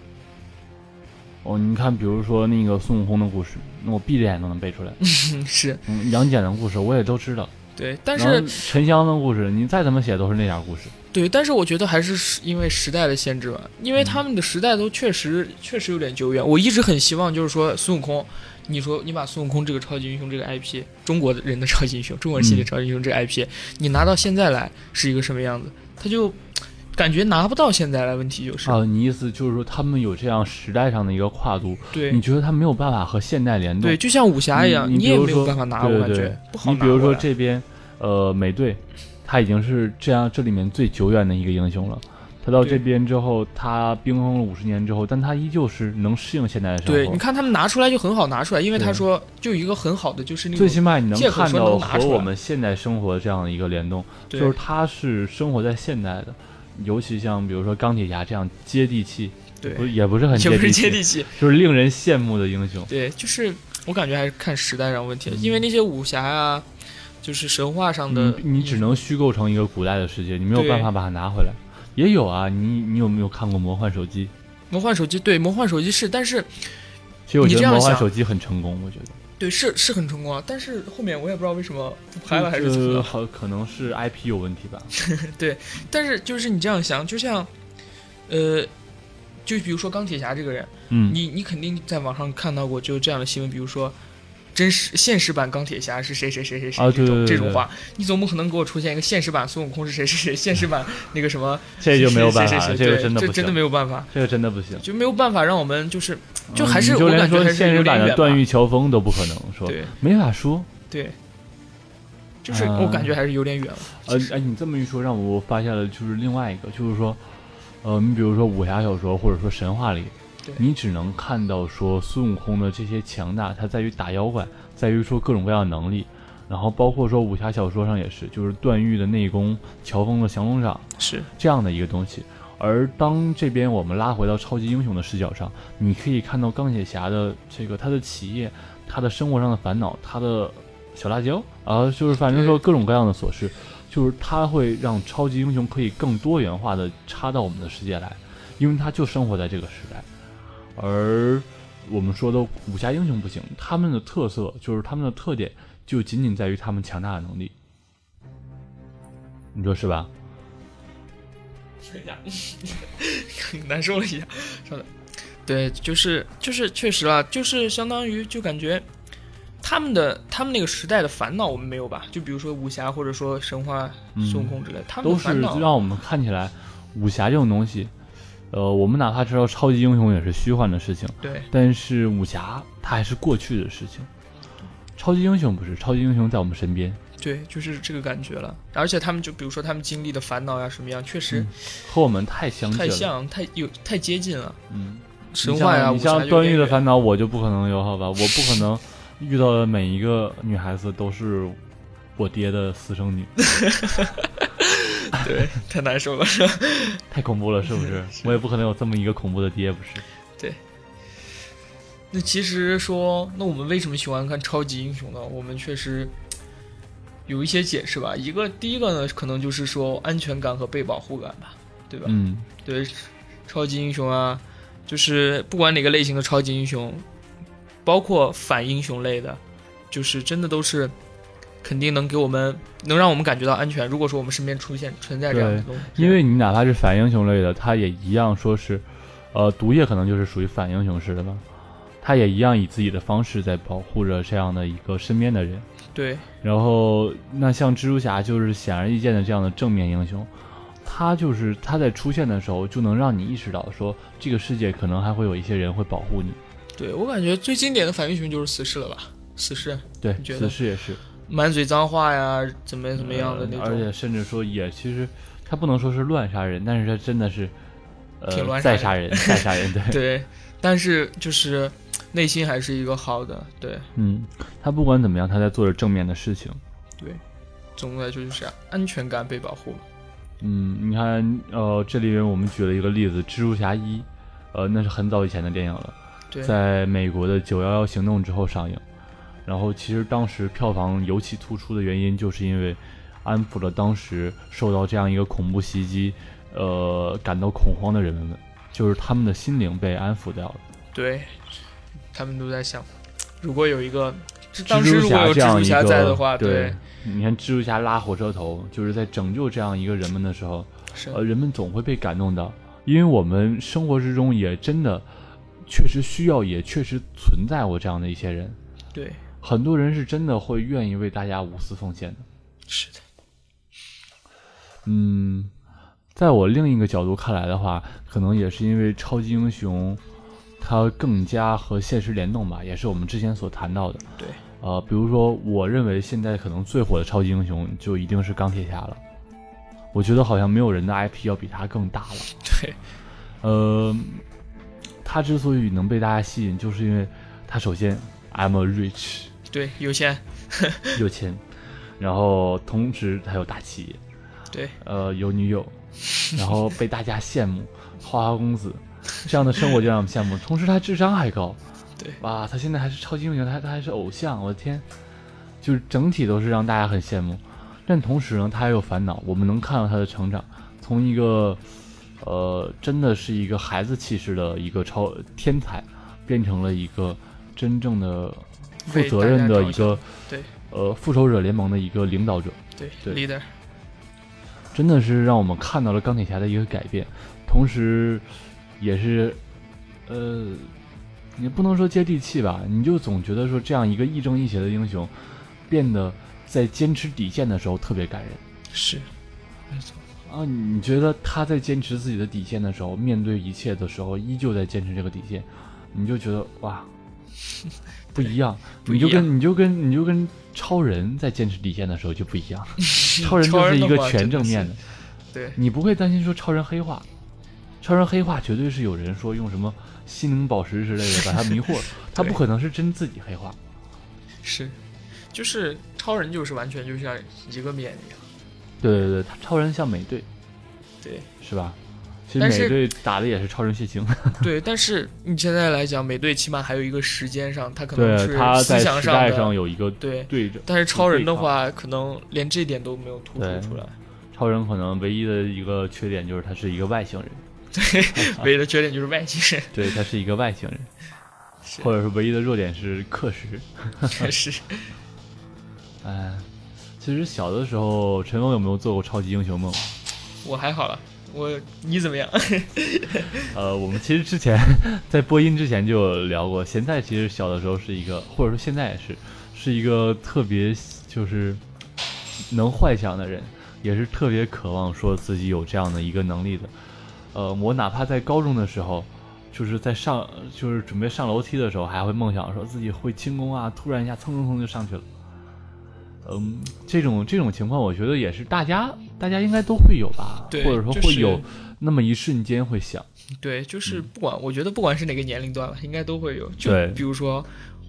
Speaker 5: 哦，你看，比如说那个孙悟空的故事，那我闭着眼都能背出来。
Speaker 6: 嗯 是
Speaker 5: 嗯，杨戬的故事我也都知道。
Speaker 6: 对，但
Speaker 5: 然
Speaker 6: 是
Speaker 5: 后沉香的故事，你再怎么写都是那点儿故事。
Speaker 6: 对，但是我觉得还是时因为时代的限制吧，
Speaker 5: 嗯
Speaker 6: 因为他们的时代都确实确实有点久远。我一直很希望就是说孙悟空，你说你把孙悟空这个超级英雄这个 IP，中国人的超级英雄，中国人心里
Speaker 5: 嗯
Speaker 6: 超级英雄这个 IP，、你拿到现在来是一个什么样子？他就感觉拿不到现在来，问题就是、
Speaker 5: 啊，你意思就是说他们有这样时代上的一个跨度，
Speaker 6: 对
Speaker 5: 你觉得他没有办法和现代联动
Speaker 6: 对，？就像武侠一样，
Speaker 5: 你
Speaker 6: 你
Speaker 5: 你比
Speaker 6: 也
Speaker 5: 如
Speaker 6: 没有
Speaker 5: 说
Speaker 6: 办法拿，
Speaker 5: 对对
Speaker 6: 我感
Speaker 5: 对
Speaker 6: 觉不好拿
Speaker 5: 你
Speaker 6: 过来。
Speaker 5: 比如说这边，呃，美队，他已经是这样这里面最久远的一个英雄了。他到
Speaker 6: 对
Speaker 5: 这边之后，他冰封了五十年之后，但他依旧是能适应现代的生活。
Speaker 6: 对，你看他们拿出来就很好拿出来，因为他
Speaker 5: 对
Speaker 6: 说就一个很好的就是那
Speaker 5: 最
Speaker 6: 种
Speaker 5: 起码你能
Speaker 6: 借口
Speaker 5: 看
Speaker 6: 说
Speaker 5: 到
Speaker 6: 能拿
Speaker 5: 和
Speaker 6: 出来
Speaker 5: 我们现代生活这样的一个联动，
Speaker 6: 对
Speaker 5: 就是他是生活在现代的，尤其像比如说钢铁侠这样接地气，
Speaker 6: 对
Speaker 5: 不，是也不是很
Speaker 6: 也
Speaker 5: 接
Speaker 6: 不
Speaker 5: 地
Speaker 6: 是
Speaker 5: 气，
Speaker 6: 接地气，
Speaker 5: 就是令人羡慕的英雄。
Speaker 6: 对，就是我感觉还是看时代上问题，
Speaker 5: 嗯
Speaker 6: 因为那些武侠啊，就是神话上的
Speaker 5: 你，你只能虚构成一个古代的世界，你没有
Speaker 6: 对
Speaker 5: 办法把它拿回来。也有啊，你你有没有看过《魔幻手机》？
Speaker 6: 魔幻手机对魔幻手机是，但是
Speaker 5: 其实我
Speaker 6: 你
Speaker 5: 觉
Speaker 6: 这
Speaker 5: 得
Speaker 6: 样
Speaker 5: 魔幻
Speaker 6: 想
Speaker 5: 手机很成功，我觉得
Speaker 6: 对是是很成功啊，但是后面我也不知道为什么不拍了还是怎么
Speaker 5: 呃
Speaker 6: 样。
Speaker 5: 好，可能是 IP 有问题吧。
Speaker 6: 但是就是你这样想，就像，呃，就比如说钢铁侠这个人，
Speaker 5: 嗯，
Speaker 6: 你你肯定在网上看到过就这样的新闻，比如说真实现实版钢铁侠是谁谁谁谁谁
Speaker 5: 啊
Speaker 6: 这
Speaker 5: 对
Speaker 6: 种、
Speaker 5: 对对
Speaker 6: 这种
Speaker 5: 对
Speaker 6: 话，你总不可能给我出现一个现实版孙悟空是谁谁谁，现实版那个什么
Speaker 5: 这就没有办
Speaker 6: 谁
Speaker 5: 法
Speaker 6: 谁
Speaker 5: 了，
Speaker 6: 谁
Speaker 5: 这个
Speaker 6: 对
Speaker 5: 真的
Speaker 6: 这
Speaker 5: 不
Speaker 6: 真的
Speaker 5: 行
Speaker 6: 没，有办法，
Speaker 5: 这个真的不行。
Speaker 6: 就没有办法让我们就是就还是、
Speaker 5: 嗯你就
Speaker 6: 我
Speaker 5: 连
Speaker 6: 感觉
Speaker 5: 说
Speaker 6: 还是
Speaker 5: 现
Speaker 6: 有
Speaker 5: 实版
Speaker 6: 点
Speaker 5: 的
Speaker 6: 远
Speaker 5: 段
Speaker 6: 吧
Speaker 5: 誉乔峰都不可能说，
Speaker 6: 对
Speaker 5: 没法说。
Speaker 6: 对，就是我感觉还是有点远了。
Speaker 5: 嗯呃，哎，你这么一说，让我发现了就是另外一个，就是说，呃，你比如说武侠小说或者说神话里
Speaker 6: 对，
Speaker 5: 你只能看到说孙悟空的这些强大，它在于打妖怪，在于说各种各样的能力，然后包括说武侠小说上也是，就是段誉的内功、乔峰的降龙掌
Speaker 6: 是
Speaker 5: 这样的一个东西。而当这边我们拉回到超级英雄的视角上，你可以看到钢铁侠的这个他的企业，他的生活上的烦恼，他的小辣椒啊，就是反正说各种各样的琐事，就是它会让超级英雄可以更多元化的插到我们的世界来，因为他就生活在这个时代。而我们说的武侠英雄不行，他们的特色就是他们的特点就仅仅在于他们强大的能力，你说是吧？
Speaker 6: 难受了一下，稍等。对，就是就是确实啦，就是相当于就感觉他们的他们那个时代的烦恼我们没有吧？就比如说武侠或者说神话、孙悟空之类，他
Speaker 5: 嗯
Speaker 6: 们
Speaker 5: 都
Speaker 6: 的
Speaker 5: 是
Speaker 6: 烦恼
Speaker 5: 让我们看起来武侠这种东西，呃，我们哪怕知道超级英雄也是虚幻的事情，
Speaker 6: 对
Speaker 5: 但是武侠它还是过去的事情。超级英雄不是，超级英雄在我们身边，
Speaker 6: 对，就是这个感觉了。而且他们就比如说他们经历的烦恼呀、什么样，确实
Speaker 5: 和我们太相近
Speaker 6: 太
Speaker 5: 嗯了。
Speaker 6: 像、太有太接近了。
Speaker 5: 嗯，
Speaker 6: 神话呀、
Speaker 5: 你
Speaker 6: 武侠
Speaker 5: 像你
Speaker 6: 就有
Speaker 5: 像段誉
Speaker 6: 点
Speaker 5: 的
Speaker 6: 远
Speaker 5: 烦恼，我就不可能有，好吧？我不可能遇到的每一个女孩子都是我爹的私生女，
Speaker 6: 对，太难受了。
Speaker 5: 太恐怖了，是不 是？我也不可能有这么一个恐怖的爹，不是？
Speaker 6: 那其实说，那我们为什么喜欢看超级英雄呢？我们确实有一些解释吧。一个第一个呢，可能就是说安全感和被保护感吧，对吧？
Speaker 5: 嗯，
Speaker 6: 对，超级英雄啊，就是不管哪个类型的超级英雄，包括反英雄类的，就是真的都是肯定能给我们能让我们感觉到安全。如果说我们身边出现存在这样的
Speaker 5: 对
Speaker 6: 东西，
Speaker 5: 因为你哪怕是反英雄类的，他也一样说是，呃，毒液可能就是属于反英雄式的吧，他也一样以自己的方式在保护着这样的一个身边的人。
Speaker 6: 对
Speaker 5: 然后，那像蜘蛛侠就是显而易见的这样的正面英雄，他就是他在出现的时候就能让你意识到说，这个世界可能还会有一些人会保护你。
Speaker 6: 对，我感觉最经典的反英雄就是死侍了吧？死侍
Speaker 5: 对，
Speaker 6: 你觉得
Speaker 5: 死侍也是
Speaker 6: 满嘴脏话呀，怎么怎么样的那种。
Speaker 5: 呃而且甚至说也其实他不能说是乱杀人，但是他真的是，
Speaker 6: 挺
Speaker 5: 呃，
Speaker 6: 乱
Speaker 5: 再
Speaker 6: 杀
Speaker 5: 杀人，再杀 人，对。
Speaker 6: 对，但是就是内心还是一个好的，对
Speaker 5: 嗯，他不管怎么样，他在做着正面的事情。
Speaker 6: 对，总的来说就是安全感被保护。
Speaker 5: 嗯，你看，呃，这里面我们举了一个例子，《蜘蛛侠一》，呃，那是很早以前的电影了，
Speaker 6: 对，
Speaker 5: 在美国的九幺幺行动之后上映。然后，其实当时票房尤其突出的原因，就是因为安抚了当时受到这样一个恐怖袭击，呃，感到恐慌的人们，就是他们的心灵被安抚掉了。
Speaker 6: 对，他们都在想，如果有一个，这
Speaker 5: 蜘
Speaker 6: 当时
Speaker 5: 蛛
Speaker 6: 如果有
Speaker 5: 这
Speaker 6: 蜘
Speaker 5: 样
Speaker 6: 蛛
Speaker 5: 一
Speaker 6: 侠
Speaker 5: 个
Speaker 6: 在的话，
Speaker 5: 对，你看蜘蛛侠拉火车头，就是在拯救这样一个人们的时候，
Speaker 6: 是
Speaker 5: 呃，人们总会被感动到，因为我们生活之中也真的确实需要，也确实存在过这样的一些人，
Speaker 6: 对，
Speaker 5: 很多人是真的会愿意为大家无私奉献的。
Speaker 6: 是的，
Speaker 5: 嗯，在我另一个角度看来的话，可能也是因为超级英雄，它更加和现实联动吧，也是我们之前所谈到的。
Speaker 6: 对，
Speaker 5: 呃，比如说，我认为现在可能最火的超级英雄就一定是钢铁侠了。我觉得好像没有人的 IP 要比他更大了。
Speaker 6: 对，
Speaker 5: 呃，他之所以能被大家吸引，就是因为他首先 I'm a rich
Speaker 6: 对，有钱，
Speaker 5: 有钱，然后同时他有大企业，
Speaker 6: 对，
Speaker 5: 呃，有女 友，然后被大家羡慕， 花花公子，这样的生活就让我们羡慕。同时，他智商还高，
Speaker 6: 对
Speaker 5: 哇，他现在还是超级英雄，他他还是偶像，我的天，就是整体都是让大家很羡慕。但同时呢，他也有烦恼，我们能看到他的成长，从一个，呃，真的是一个孩子气势的一个超天才，变成了一个真正的负
Speaker 6: 为
Speaker 5: 责
Speaker 6: 大家
Speaker 5: 任的
Speaker 6: 着
Speaker 5: 一个
Speaker 6: 想，对
Speaker 5: 呃，复仇者联盟的一个领导者。
Speaker 6: 对
Speaker 5: 对
Speaker 6: leader，
Speaker 5: 真的是让我们看到了钢铁侠的一个改变，同时也是，呃，你不能说接地气吧，你就总觉得说这样一个亦正亦邪的英雄，变得在坚持底线的时候特别感人
Speaker 6: 是，没错，
Speaker 5: 啊。你觉得他在坚持自己的底线的时候，面对一切的时候，依旧在坚持这个底线，你就觉得 哇，不一样。
Speaker 6: 不
Speaker 5: 你
Speaker 6: 一
Speaker 5: 就
Speaker 6: 样
Speaker 5: 跟你就跟你就跟超人在坚持底线的时候就不一 样， 超人
Speaker 6: 超
Speaker 5: 就
Speaker 6: 人
Speaker 5: 是一
Speaker 6: 的
Speaker 5: 个
Speaker 6: 话真
Speaker 5: 全
Speaker 6: 的
Speaker 5: 正
Speaker 6: 是
Speaker 5: 面的，
Speaker 6: 对，
Speaker 5: 你不会担心说超人黑化，超人黑化绝对是有人说用什么心灵宝石之类的把他 迷惑了，他不可能是真自己黑化。
Speaker 6: 是，就是超人就是完全就像一个面一样，
Speaker 5: 对对对，他超人像美队
Speaker 6: 对
Speaker 5: 是吧？其实
Speaker 6: 但是
Speaker 5: 美队打的也是超人血型，
Speaker 6: 对。但是你现在来讲，美队起码还有一个时间上，他可 能
Speaker 5: 对
Speaker 6: 是
Speaker 5: 他
Speaker 6: 思
Speaker 5: 在
Speaker 6: 想
Speaker 5: 时代
Speaker 6: 的
Speaker 5: 上有一个
Speaker 6: 对，
Speaker 5: 对着，
Speaker 6: 但是超人的话，可能连这点都没有突出
Speaker 5: 对啊
Speaker 6: 出来。
Speaker 5: 超人可能唯一的一个缺点就是他是一个外 星人，
Speaker 6: 唯一的缺点就是外星人，
Speaker 5: 对他是一个外星人，
Speaker 6: 是
Speaker 5: 或者说唯一的弱点是克时。
Speaker 6: 确实
Speaker 5: 哎，其实小的时候，陈峰有没有做过超级英雄梦？
Speaker 6: 我还好了。我你怎么样？
Speaker 5: 嗯呃，我们其实之前在播音之前就有聊过，咸菜其实小的时候是一个，或者说现在也是，是一个特别就是能幻想的人，也是特别渴望说自己有这样的一个能力的。呃，我哪怕在高中的时候，就是在上就是准备上楼梯的时候，还会梦想说自己会轻功啊，突然一下蹭蹭蹭就上去了。嗯，这种这种情况，我觉得也是大家大家应该都会有吧，
Speaker 6: 对
Speaker 5: 或者说
Speaker 6: 就
Speaker 5: 会
Speaker 6: 是
Speaker 5: 有那么一瞬间会想。
Speaker 6: 对，就是不管，我觉得不管是哪个年龄段吧，应该都会有。就
Speaker 5: 对
Speaker 6: 比如说，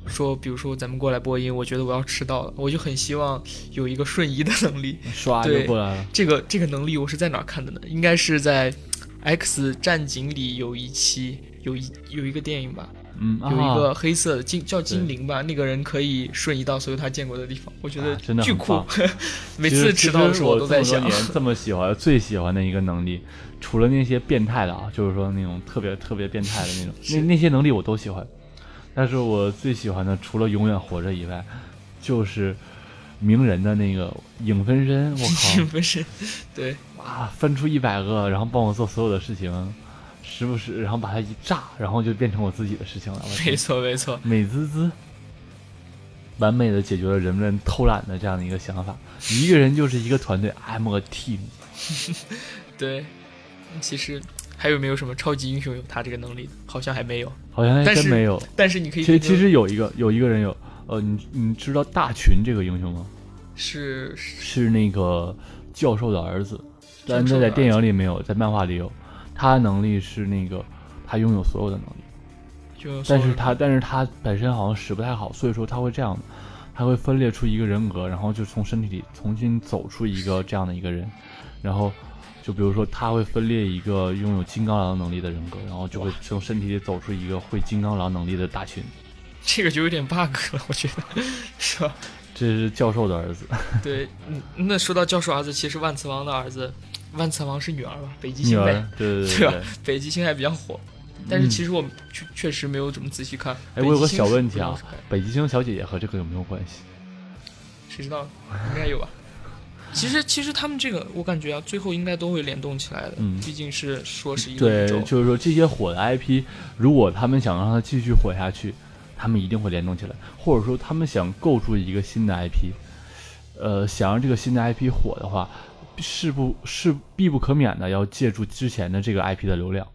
Speaker 6: 说比如说咱们过来播音，我觉得我要迟到了，我就很希望有一个瞬移的能力。
Speaker 5: 刷
Speaker 6: 对
Speaker 5: 就过来了。
Speaker 6: 这个这个能力我是在哪儿看的呢？应该是在《X 战警》里有一期有一有一个电影吧，
Speaker 5: 嗯，
Speaker 6: 有
Speaker 5: 啊
Speaker 6: 一个黑色的精叫精灵吧，那个人可以瞬移到所有他见过的地方，我觉得
Speaker 5: 啊真的
Speaker 6: 巨
Speaker 5: 很
Speaker 6: 酷
Speaker 5: 棒。
Speaker 6: 每
Speaker 5: 其
Speaker 6: 次
Speaker 5: 实
Speaker 6: 迟到的时候
Speaker 5: 我
Speaker 6: 都在
Speaker 5: 这
Speaker 6: 想
Speaker 5: 么多，年这么喜欢，最喜欢的一个能力，除了那些变态的啊，就是说那种特别特别变态的那 种，那那些能力我都喜欢。但是我最喜欢的，除了永远活着以外，就是鸣人的那个影分身，我
Speaker 6: 不 是，对，
Speaker 5: 靠，哇，分出一百个，然后帮我做所有的事情，时不时然后把它一炸，然后就变成我自己的事情了。我天
Speaker 6: 没错没错，
Speaker 5: 美滋滋，完美的解决了人们偷懒的这样的一个想法。一个人就是一个团队，I'm a team。
Speaker 6: 对。其实还有没有什么超级英雄有他这个能力的？好像还没有。
Speaker 5: 好像还
Speaker 6: 但
Speaker 5: 真
Speaker 6: 是
Speaker 5: 没有。
Speaker 6: 但是你可以
Speaker 5: 其实其
Speaker 6: 听听
Speaker 5: 实有一个有一个人有，呃，你你知道大群这个英雄吗？
Speaker 6: 是
Speaker 5: 是那个教授的儿子，但
Speaker 6: 教授
Speaker 5: 是
Speaker 6: 的
Speaker 5: 在
Speaker 6: 儿
Speaker 5: 电影里没有，在漫画里有。他的能力是那个他拥有所有的能力，
Speaker 6: 就
Speaker 5: 但是他但是他本身好像使不太好，所以说他会这样的，他会分裂出一个人格，然后就从身体里重新走出一个这样的一个人，然后就比如说他会分裂一个拥有金刚狼能力的人格，然后就会从身体里走出一个会金刚狼能力的大群。
Speaker 6: 这个就有点 bug 了，我觉得是吧？
Speaker 5: 这是教授的儿子，
Speaker 6: 对，嗯，那说到教授儿子，其实万磁王的儿子，万磁王是女儿吧？北极
Speaker 5: 女
Speaker 6: 星
Speaker 5: 儿啊
Speaker 6: 呗，，
Speaker 5: 对对
Speaker 6: 对
Speaker 5: 对
Speaker 6: 吧。？北极星还比较火，但是其实我确确实没有怎么仔细看。
Speaker 5: 哎，我有
Speaker 6: 北
Speaker 5: 个
Speaker 6: 极星
Speaker 5: 小
Speaker 6: 是
Speaker 5: 问
Speaker 6: 不
Speaker 5: 题啊
Speaker 6: 知道，
Speaker 5: 北极星小姐姐和这个有没有关系？
Speaker 6: 是谁知道？应该有吧。其实，其实他们这个，我感觉啊，最后应该都会联动起来的，
Speaker 5: 嗯
Speaker 6: 毕竟是说是一个
Speaker 5: 对
Speaker 6: 宇宙，，
Speaker 5: 就是说这些火的 IP，如果他们想让它继续火下去，他们一定会联动起来，或者说他们想构筑一个新的 IP，呃，想让这个新的 IP 火的话，是不是必不可免的要借助之前的这个 IP 的流量，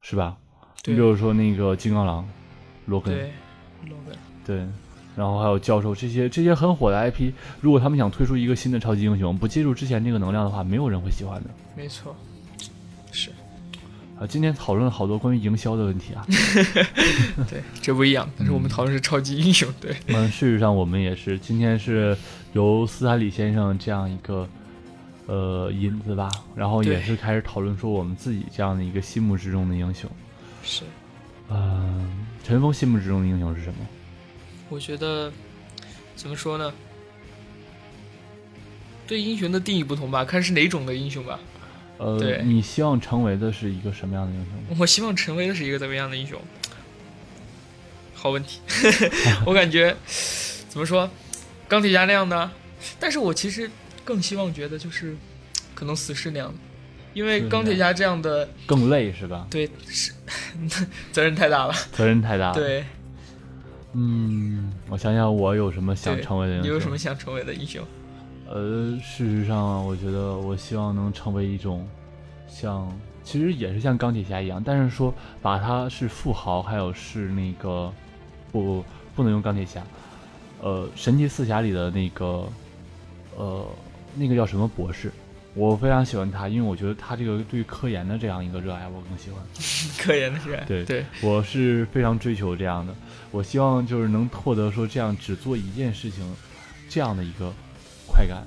Speaker 5: 是吧？你
Speaker 6: 对
Speaker 5: 比如说那个金刚狼，罗根，
Speaker 6: 对，Logan，
Speaker 5: 对，然后还有教授这些这些很火的 IP，如果他们想推出一个新的超级英雄，不借助之前这个能量的话，没有人会喜欢的。
Speaker 6: 没错，是
Speaker 5: 啊，今天讨论了好多关于营销的问题啊。
Speaker 6: 对，这不一样。但是我们讨论是超级英雄，对，
Speaker 5: 嗯，事实上我们也是，今天是由斯坦李先生这样一个呃引子吧，然后也
Speaker 6: 对
Speaker 5: 是开始讨论说我们自己这样的一个心目之中的英雄。
Speaker 6: 是。
Speaker 5: 嗯、陈峰心目之中的英雄是什么？
Speaker 6: 我觉得怎么说呢？对英雄的定义不同吧，看是哪种的英雄吧。
Speaker 5: 呃，
Speaker 6: 对
Speaker 5: 你希望成为的是一个什么样的英雄呢？
Speaker 6: 我希望成为的是一个怎么样的英雄？好问题， 我感觉怎么说，钢铁侠那样的，但是我其实更希望觉得就是可能死侍那样的，因为
Speaker 5: 是
Speaker 6: 钢铁侠这样的
Speaker 5: 更累是吧？
Speaker 6: 对是 责任太大了，
Speaker 5: 责任太大。，
Speaker 6: 对
Speaker 5: 嗯，我想想，我有什么想
Speaker 6: 对
Speaker 5: 成为的英雄？
Speaker 6: 你有什么想成为的英雄？
Speaker 5: 呃，事实上啊，我觉得我希望能成为一种像，其实也是像钢铁侠一样，但是说把他是富豪，还有是那个不不不能用钢铁侠，呃，神奇四侠里的那个呃那个叫什么博士，我非常喜欢他，因为我觉得他这个对科研的这样一个热爱，我更喜欢。
Speaker 6: 科研的是
Speaker 5: 对
Speaker 6: 对，
Speaker 5: 我是非常追求这样的，我希望就是能获得说这样只做一件事情这样的一个快感。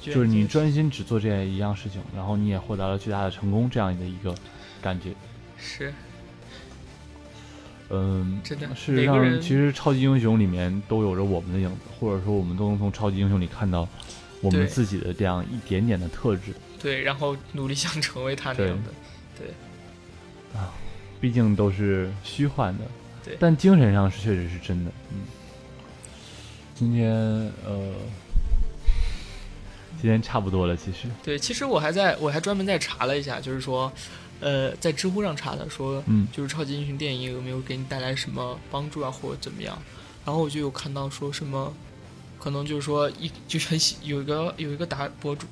Speaker 5: 就是你专心只做这一样事情，然后你也获得了巨大的成功，这样的一个感觉。
Speaker 6: 是
Speaker 5: 嗯，
Speaker 6: 真的
Speaker 5: 事
Speaker 6: 每
Speaker 5: 实
Speaker 6: 个人
Speaker 5: 上，其实超级英雄里面都有着我们的影子，或者说我们都能从超级英雄里看到我
Speaker 6: 对
Speaker 5: 们自己的这样一点点的特质。
Speaker 6: 对，然后努力想成为他那样的，
Speaker 5: 毕竟都是虚幻的，
Speaker 6: 对
Speaker 5: 但精神上是确实是真的。嗯，今天呃，今天差不多了，其实，
Speaker 6: 对。其实我还在我还专门在查了一下，就是说，呃，在知乎上查的，说
Speaker 5: 嗯，
Speaker 6: 就是超级英雄电影有没有给你带来什么帮助啊，或者怎么样？然后我就有看到说什么，可能就是说一就是很喜有一个有一个答博主。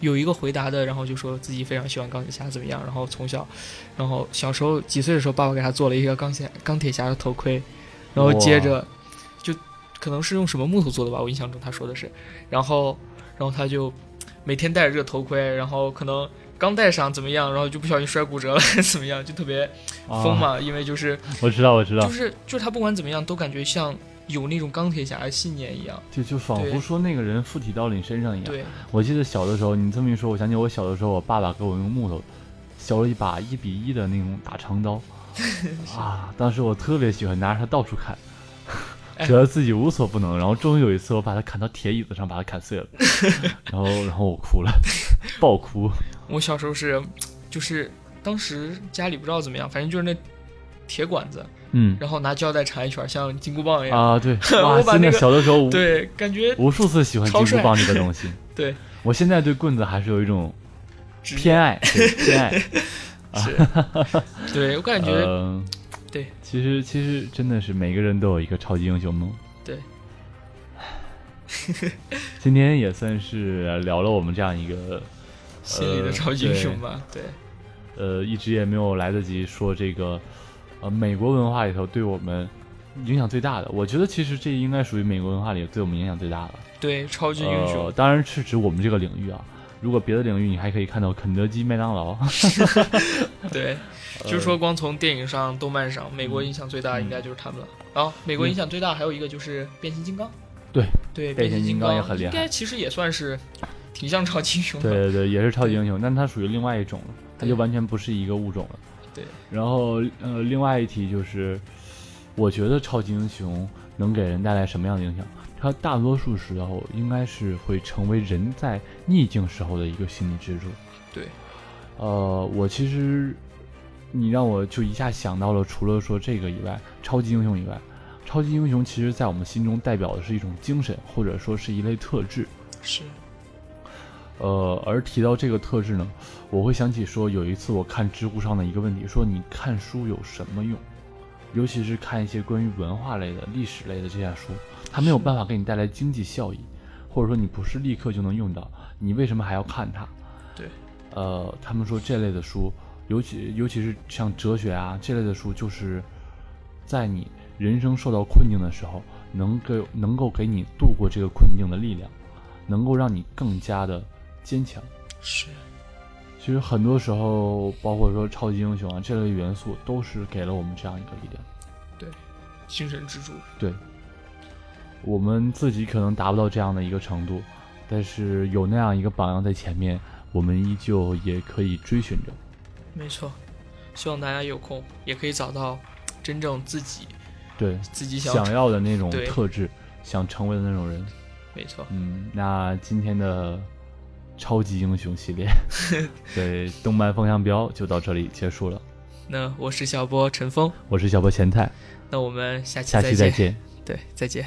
Speaker 6: 有一个回答的，然后就说自己非常喜欢钢铁侠怎么样，然后从小，然后小时候几岁的时候，爸爸给他做了一个钢铁钢铁侠的头盔，然后接着就可能是用什么木头做的吧，我印象中他说的是，然后然后他就每天戴着这个头盔，然后可能刚戴上怎么样，然后就不小心摔骨折了 怎么样，就特别
Speaker 5: 啊
Speaker 6: 疯嘛，因为就是
Speaker 5: 我知道，我知道
Speaker 6: 就，是就是他不管怎么样都感觉像有那种钢铁侠的信念一样，
Speaker 5: 就就仿
Speaker 6: 对
Speaker 5: 佛说那个人附体到了你身上一样。
Speaker 6: 对
Speaker 5: 我记得小的时候，你这么一说，我想起我小的时候，我爸爸给我用木头削了一把一比一的那种大长 刀，啊，当时我特别喜欢拿着它到处砍，
Speaker 6: 哎
Speaker 5: 觉得自己无所不能。然后终于有一次，我把它砍到铁椅子上，把它砍碎 了，然后然后我哭了，爆哭。
Speaker 6: 我小时候是就是当时家里不知道怎么样，反正就是那铁管子，
Speaker 5: 嗯
Speaker 6: 然后拿胶带缠一圈，像金箍棒一样，
Speaker 5: 啊，对，哇，
Speaker 6: 哎 我把
Speaker 5: 真
Speaker 6: 那
Speaker 5: 的
Speaker 6: 个
Speaker 5: 小的时候无
Speaker 6: 对，感觉
Speaker 5: 无数次喜欢
Speaker 6: 超
Speaker 5: 金箍
Speaker 6: 帅
Speaker 5: 棒这个东西。
Speaker 6: 对，
Speaker 5: 我现在对棍子还是有一种
Speaker 6: 只
Speaker 5: 偏爱，对偏 爱。
Speaker 6: 对我感觉、
Speaker 5: 呃、
Speaker 6: 对，
Speaker 5: 其实其实真的是每个人都有一个超级英雄梦。
Speaker 6: 对，
Speaker 5: 今天也算是聊了我们这样一个
Speaker 6: 心里的超级英雄吧，对
Speaker 5: 呃，一直也没有来得及说这个呃美国文化里头对我们影响最大的。我觉得其实这应该属于美国文化里对我们影响最大的。
Speaker 6: 对，超级英雄
Speaker 5: 呃，，当然是指我们这个领域啊。如果别的领域，你还可以看到肯德基、麦当劳。
Speaker 6: 对，就是
Speaker 5: 嗯
Speaker 6: 说光从电影上、动漫上，美国影响最大应该就是他们了。然后美国影响最大还有一个就是变形金刚，
Speaker 5: 嗯对
Speaker 6: 对，
Speaker 5: 变
Speaker 6: 变形
Speaker 5: 形金
Speaker 6: 刚
Speaker 5: 刚也很厉害
Speaker 6: 应该其实也算是挺像超级英雄
Speaker 5: 对
Speaker 6: 的，
Speaker 5: 对对，也是超级英雄，但它属于另外一种了，它
Speaker 6: 对
Speaker 5: 就完全不是一个物种了。
Speaker 6: 对。
Speaker 5: 然后呃，另外一题就是，我觉得超级英雄能给人带来什么样的影响？它大多数时候应该是会成为人在逆境时候的一个心理支柱。
Speaker 6: 对。
Speaker 5: 呃，我其实你让我就一下想到了，除了说这个以外，超级英雄以外，超级英雄其实在我们心中代表的是一种精神，或者说是一类特质。
Speaker 6: 是
Speaker 5: 呃，而提到这个特质呢，我会想起说，有一次我看知乎上的一个问题，说你看书有什么用？尤其是看一些关于文化类的、历史类的这些书，它没有办法给你带来经济效益，或者说你不是立刻就能用到，你为什么还要看它？
Speaker 6: 对，
Speaker 5: 呃，他们说这类的书，尤其尤其是像哲学啊这类的书，就是在你人生受到困境的时候，能给能够给你度过这个困境的力量，能够让你更加的坚强。
Speaker 6: 是，
Speaker 5: 其实很多时候，包括说超级英雄啊这类元素，都是给了我们这样一个力量。
Speaker 6: 精神支柱，
Speaker 5: 对，我们自己可能达不到这样的一个程度，但是有那样一个榜样在前面，我们依旧也可以追寻着。
Speaker 6: 没错。希望大家有空也可以找到真正自己
Speaker 5: 对，
Speaker 6: 自己想
Speaker 5: 想要的那种
Speaker 6: 对
Speaker 5: 特质，想成为的那种人。
Speaker 6: 没错，
Speaker 5: 嗯，那今天的超级英雄系列，对动漫风向标就到这里结束了。
Speaker 6: 那我是小波陈峰，
Speaker 5: 我是小波咸菜，
Speaker 6: 那我们下期
Speaker 5: 下期再
Speaker 6: 再
Speaker 5: 见。
Speaker 6: 对，再见。